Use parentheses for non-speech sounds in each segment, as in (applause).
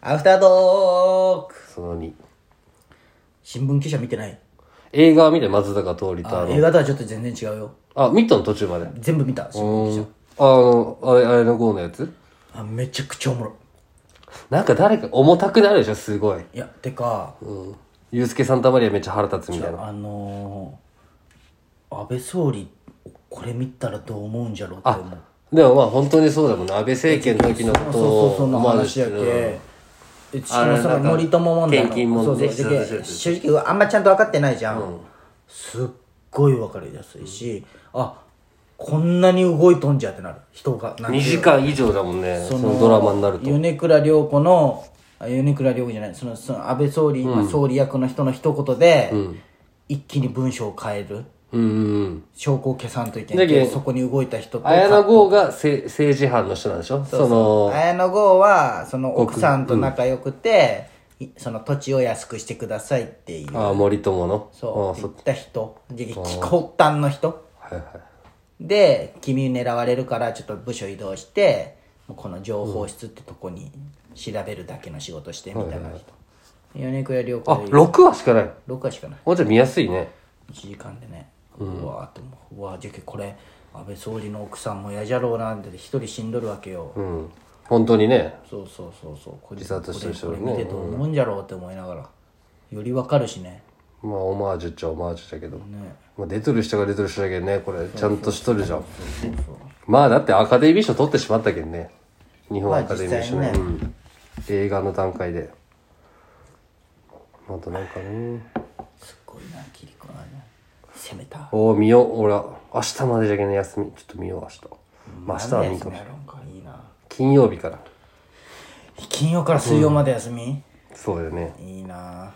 アフタートークその2新聞記者見てない映画は見て松坂桃李とああの映画とはちょっと全然違うよあ見たの途中まで全部見た新聞記者あのあれあれの号のやつあめちゃくちゃおもろなんか誰か重たくなるでしょすごいいいやてかうんユースケ・サンタマリアめっちゃ腹立つみたいなあのー、安倍総理これ見たらどう思うんじゃろうって思うあでもまあ本当にそうだもんね安倍政権の時のことそうそうそうをの思わず話してやるけえしかあもれそなのんか森友問題の献金問そうそう題でそうそうそう正直あんまちゃんと分かってないじゃん、すっごい分かりやすいし、あこんなに動いとんじゃってなる人がなんてい2う時間以上だもんねそのドラマになると米倉涼子のあ米倉涼子じゃないそのその安倍総理、まあ総理役の人の一言で、一気に文章を変えるうんうんうん証拠を消さんといけなだいけどそこに動いた人と綾野剛がせ政治犯の人なんでしょその綾野剛はその奥さんと仲良くて、いその土地を安くしてくださいっていうあ森友のそうあって言そった人で気候端の人はいはいで君狙われるからちょっと部署移動してもうこの情報室ってとこに調べるだけの仕事してみたいな人米倉涼子あより6話しかない6回しかないもうちょい見やすいね1時間でね、うわーって思ううわーじゃけこれ安倍総理の奥さんも嫌じゃろうなって一人死んどるわけよ、うん本当にねそうそうそうそうこれ自殺してる人こもれこれ見ねてどう思うんじゃろうって思いながらよりわかるしねまあオマージュっちゃオマージュだけど、ねまあ、出てる人が出てる人だけどねこれちゃんとしとるじゃんそうそうまあだってアカデミー賞取ってしまったけんね日本アカデミー賞まね,、あ実際うん、映画の段階であとなんかねすっごいなキリコはね攻めたおお見よう俺は明日までじゃけんね休みちょっと見よう明日、まあ、明日は見んかも何やろんかいいな金曜日から金曜から水曜まで休み、そうだよねいいな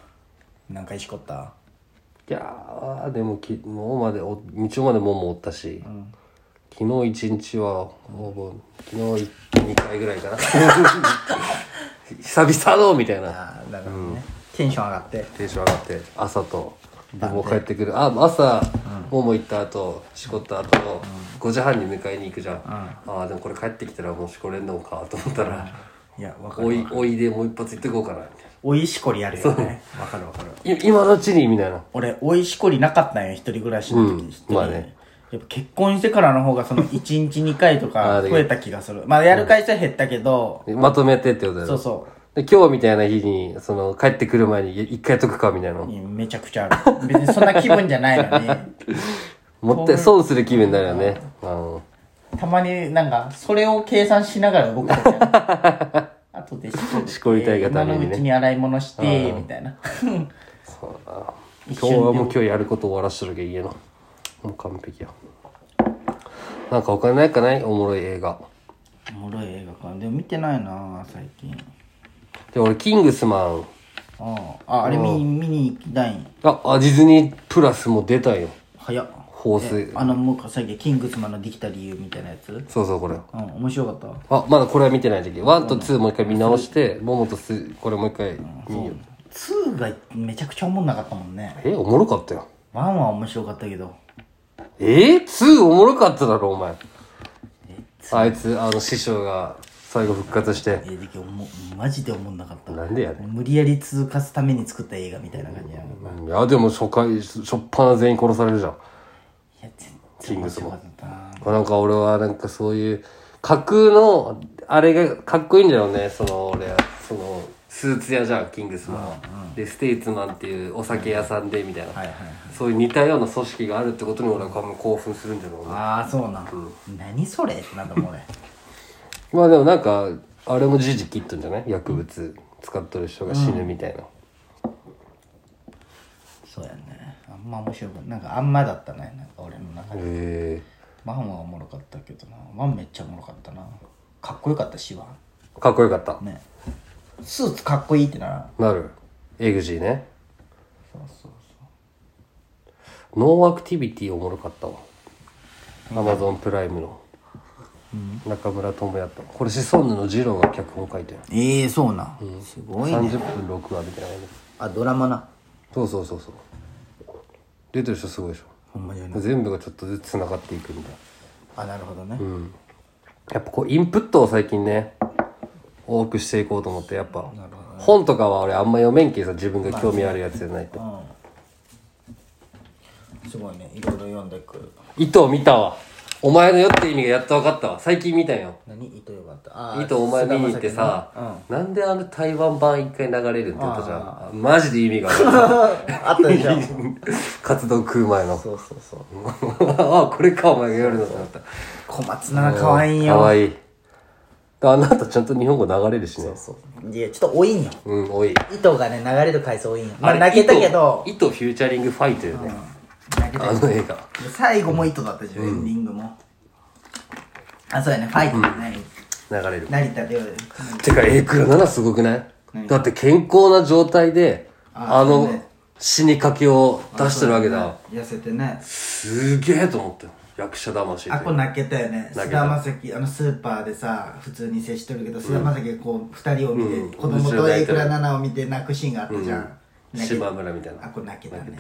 何回しこったいやーでもき昨日までお日曜までももおったし、昨日一日はほぼ昨日2回ぐらいかな (laughs) 久々のみたいなああだからね、テンション上がってテンション上がって朝ともう帰ってくるあ朝、もも行った後しこった後の5時半に迎えに行くじゃん、ああでもこれ帰ってきたらもうしこれんのかと思ったら、いやわかおるいおいでもう一発行ってこうかなみたいなおいしこりやるよねわかるわかるい今のうちにみたいな俺おいしこりなかったんよ一人暮らしの時うん一人でまあねやっぱ結婚してからの方がその1日2回と (laughs) あかーで増えた気がするまあやる回数は減ったけど、でまとめてってことだよねそうそで今日みたいな日にその帰ってくる前にい一回解くかみたいなういやめちゃくちゃある別にそんな気分じゃないのに (laughs) 持って損する気分になるよねうんたまになんかそれを計算しながら動くみたいな (laughs) 後でしこりしこりたいがためにね今のうちに洗い物してみたいな (laughs) そうだな今日はもう今日やること終わらしてるけど家のもう完璧やなんか他にないかないおもろい映画おもろい映画かでも見てないな最近で俺キングスマンああああれ見見に行きたいんああディズニープラスも出たよ早っ放水あのもう最近キングスマンのできた理由みたいなやつうんそうそうこれ面白かったあまだこれは見てないんだけど1と2もう一回見直してモモとスこれもう一回見よう2がめちゃくちゃおもんなかったもんねえおもろかったよ1は面白かったけどえー、2おもろかっただろお前あいつあの師匠が最後復活してえできおもマジでおもんなかったなんでやね無理やり続かすために作った映画みたいな感じやな、いんいやでも初回初っ端全員殺されるじゃんや全キングスマン然面白かったななんか俺はなんかそういう架空のあれがかっこいいんだよねその俺そのスーツ屋じゃんキングスマンでステイツマンっていうお酒屋さんでみたいな、はいはいはいそういう似たような組織があるってことに俺は多分興奮するんだろうねああそうな、何それってなんだもん俺まあでもなんかあれも時事切ったんじゃない薬物使っとる人が死ぬみたいな、そうやねあんま面白くなんかあんまだったねなんか俺の中でへえワンはおもろかったけどなワンめっちゃおもろかったなかっこよかったしワンかっこよかった、ねスーツかっこいいってななるエグジーねそうそうノーアクティビティおもろかったわアマゾンプライムの中村智也とこれシソンヌの二郎が脚本書いてるええそうな、すごいね30分6話みたいなやつあドラマなそうそうそうそう出てる人すごいでしほんまじゃょ全部がちょっとずつ繋がっていくみたいなあなるほどね、うんやっぱこうインプットを最近ね多くしていこうと思ってやっぱ本とかは俺あんま読めんけさ自分が興味あるやつじゃないとうんすごいねいろいろ読んでくる糸を見たわお前のよって意味がやっと分かったわ最近見たよ何糸よかったあー糸お前見に行って菅田将暉ねさ、なんであの台湾版一回流れるって言ったじゃんマジで意味が分 (laughs) かるあったでしょ活動食う前の (laughs) そうそうそうあこれかお前がやるのと思った小松菜が可愛いかわよいいあなたちゃんと日本語流れるしねいやちょっと多いんようん多い糸がね流れる回数多いんよまああれ泣けたけど糸糸フューチャリングファイトよね、泣けたあの映画で最後も糸だったじゃんエンディングもあそうやねファイトだね流れる成田でてか A クラならすごくない何だって健康な状態でああそうのね死にかけを出してるわけだ痩せてねすげえと思ったよ役者魂あこれ泣けたよね菅泣けた田将暉あのスーパーでさ普通に接してるけど菅田将暉がこう2人を見て、うん子供と榮倉奈々を見て泣くシーンがあったじゃん、うん泣け島村みたいなあこれ泣けたね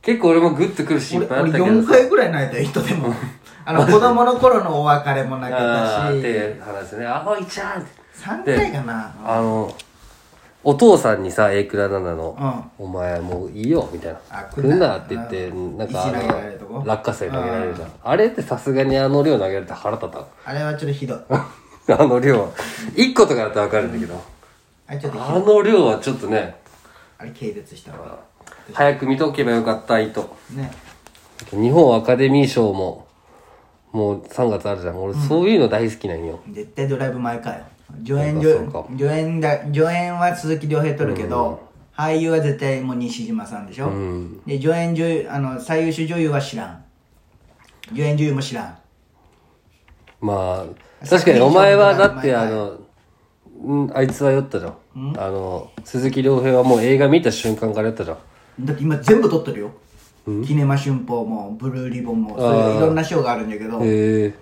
結構俺もグッとくるシーンい俺っぱいあ俺った俺4けど回ぐらい泣いたよ人でもあの子供の頃のお別れも泣けあたーっして話ね「あおいちゃん」って3回かなあのお父さんにさ A クラナナの「うお前もういいよ」みたいなあ「来んな」って言って来んななんかあ石投げられるとこの落花生投げられるじゃんあれってさすがにあの量投げられて腹立たん (laughs) あれはちょっとひどいあの量は1個とかだったら分かるんだけど、あれちょっとひどいあの量はちょっとねあれ軽蔑したわ早く見とけばよかった糸ね日本アカデミー賞ももう3月あるじゃん俺そういうの大好きなんよ、絶対ドライブ前かよ助演そうかそうか助演だ助演は鈴木亮平取るけど、俳優は絶対もう西島さんでしょ、んで助演女優あの最優秀女優は知らん助演女優も知らんまあ確かにお前はだってあの、うん、あいつは酔ったじゃん、あの鈴木亮平はもう映画見た瞬間から酔ったじゃんだって今全部取ってるよ、キネマ旬報もブルーリボンもそういういろんな賞があるんだけどもうへえ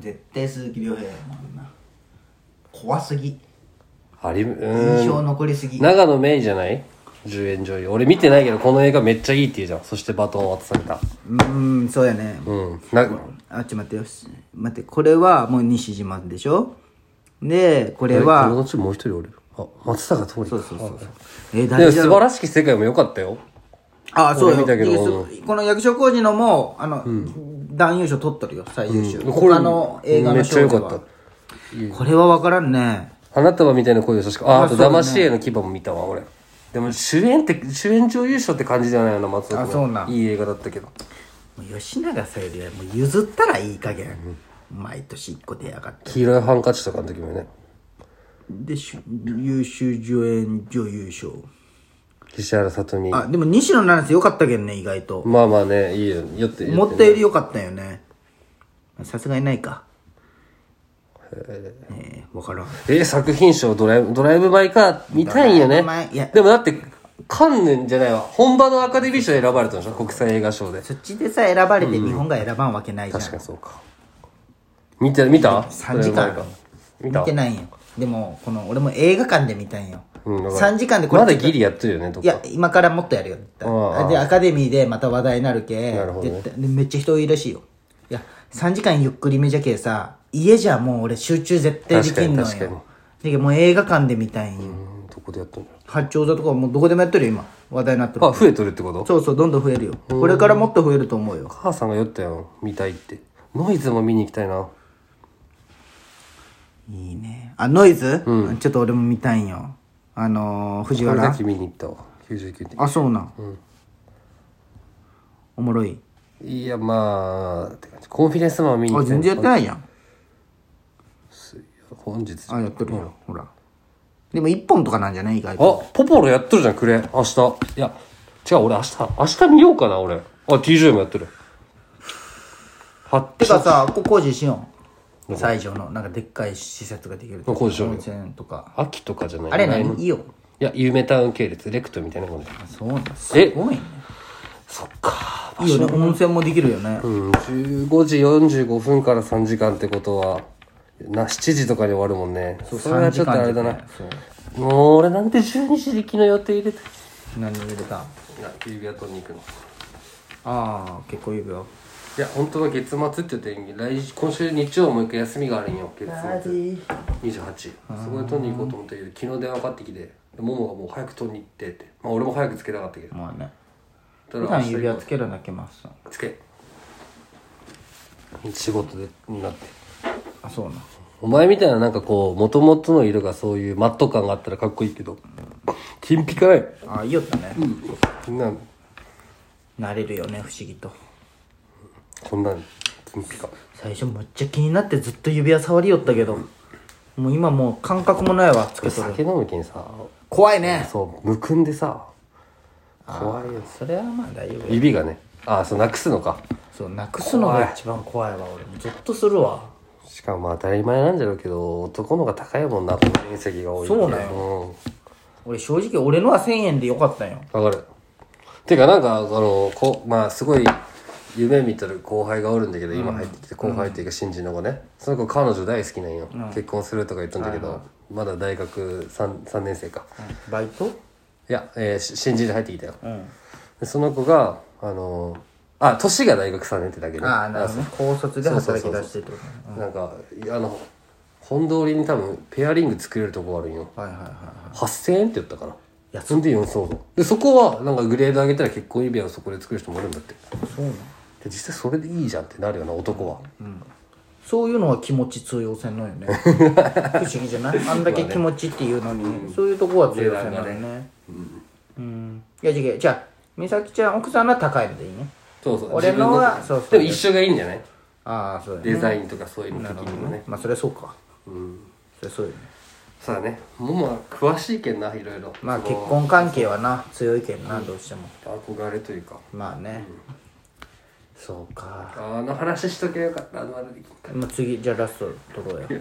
絶対鈴木亮平やもんな怖すぎありう印ーん象残りすぎ、長野芽郁じゃない10円女優俺見てないけどこの映画めっちゃいいって言うじゃんそしてバトンを渡されたうーんそうやねうんなあちょっと待ってよす待ってこれはもう西島でしょでこれあはのうちもう一人おるあ松坂桃李そうそうそうえー、でも誰じゃ素晴らしき世界も良かったよあそうよ俺見たけどでそこの役所広司のもあの、男優賞取っとるよ最優秀、うんこれ他の映画めのっちゃ賞良でかはったこれは分からんね花束みたいな声を確かああそとうだね騙し絵の牙も見たわ俺でも主演って主演女優賞って感じじゃないよな松岡あそうなんいい映画だったけどもう吉永小百合はもう譲ったらいい加減、毎年一個出やがって黄色いハンカチとかの時もねでし優秀助演女優賞石原さとみあでも西野七瀬よかったけんね意外とまあまあねいいよ酔って酔思ったより良かったよねさすがにないかえー、分からんえー作品賞ドライブドライブ・マイ・カー見たいんよドラねイブマイいやでもだってカンヌンじゃないわ本場のアカデミー賞選ばれたんでしょ国際映画賞でそっちでさ選ばれて日本が選ばんわけないじゃん、確かにそうか見て見た3時間ドライブマイカー見た見てないんよでもこの俺も映画館で見たんよ、うんだから3時間でこれまだギリやってるよねどっいかや今からもっとやるよって言っあたあでアカデミーでまた話題になるけなるほどね絶対でめっちゃ人多いらしいよいや3時間ゆっくりめじゃけさ家じゃもう俺集中絶対できんのよ確かに確かだけどもう映画館で見たいんよ、うんどこでやってんだろ八丁座とかもうどこでもやってるよ今話題になってうるあ増えとるってことそうそうどんどん増えるよこれからもっと増えると思うよ母さんが酔ったよ見たいってノイズも見に行きたいないいねあノイズ、ちょっと俺も見たいんよあのー、藤俺原だけ見に行ったわ99点あそうなん、おもろいいやまあって感じコンフィデンスマンを見に行あきたい全然やってないやん本日ああやってるよ、ほらでも1本とかなんじゃない意外とポポロやっとるじゃんクレ明日いや違う俺明日明日見ようかな俺あ TJ もやってるはっててかさここ工事しよう西条のなんかでっかい施設ができるとか工事しようよ温泉とか秋とかじゃないあれ来年何イオンいや有名タウン系列レクトみたいなもんであそうなんすえごいねそっかいいよね温泉もできるよね、うん15時45分から3時間ってことはな7時とかに終わるもんねそれはちょっとあれだな、 3時間でねもう俺なんて12時で昨日予定入れたそう何入れた指輪取りに行くのああ結構いいよいや本当は月末って言って来今週日曜もう一回休みがあるんよ月マ末ジ28そこで取りに行こうと思ったけど昨日電話かかってきてでももがもう早く取りに行ってってまあ俺も早くつけたかったけどまあねた普だ段指輪つけるだけますつけ仕事でになってあそうなお前みたいななんかこう元々の色がそういうマット感があったらかっこいいけど金ピカないあいいよったね、みんななれるよね不思議とこんなん金ピカ最初むっちゃ気になってずっと指輪触りよったけどもう今もう感覚もないわつけとる酒飲むけんさ怖いねそうむくんでさ怖いよそれはまあ大丈夫よ指がねああそうなくすのかそうなくすのが一番怖いわ俺もゾッとするわしかもまあ当たり前なんじゃろうけど男の方が高いもんなこの面積が多いってそうなんよ俺正直俺のは1000円でよかったんようんわかるてかなんかあのこまあすごい夢見とる後輩がおるんだけど今入ってきて後輩っていうか新人の子ねその子彼女大好きなんよ、結婚するとか言っとんだけど、まだ大学 3, 3年生かバイトいや、えーし新人で入ってきたよ、うんでその子があのあ年が大学3年ってだけねああなるほどね高卒で働きそうそうそう出してってことねなんかあの本通りに多分ペアリング作れるとこあるんよはいはいはいは8000円って言ったかなやそんで4そうでそこはなんかグレード上げたら結婚指輪をそこで作る人もいるんだってでいそうなん実際それでいいじゃんってなるよな男は、そういうのは気持ち通用せんのよ (laughs) ね不思議じゃないあんだけ気持ちっていうのにそういうとこは通用せんのよねうんいや違う違うじゃあ美咲ちゃん奥さんは高いのでいいねそうそう俺のは自そ分うそうでも一緒がいいんじゃないああそうだねデザインとかそういうの的にもねまあそれはそうかそれはそうよねそうだねももは詳しいけんないろいろまあそ結の婚関係はな強いけんなどうしても憧れというかまあねそうかあの話しとけばよかったあのあれできんかまあ次じゃあラスト取ろうよ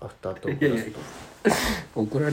アフタートークいやいや怒られ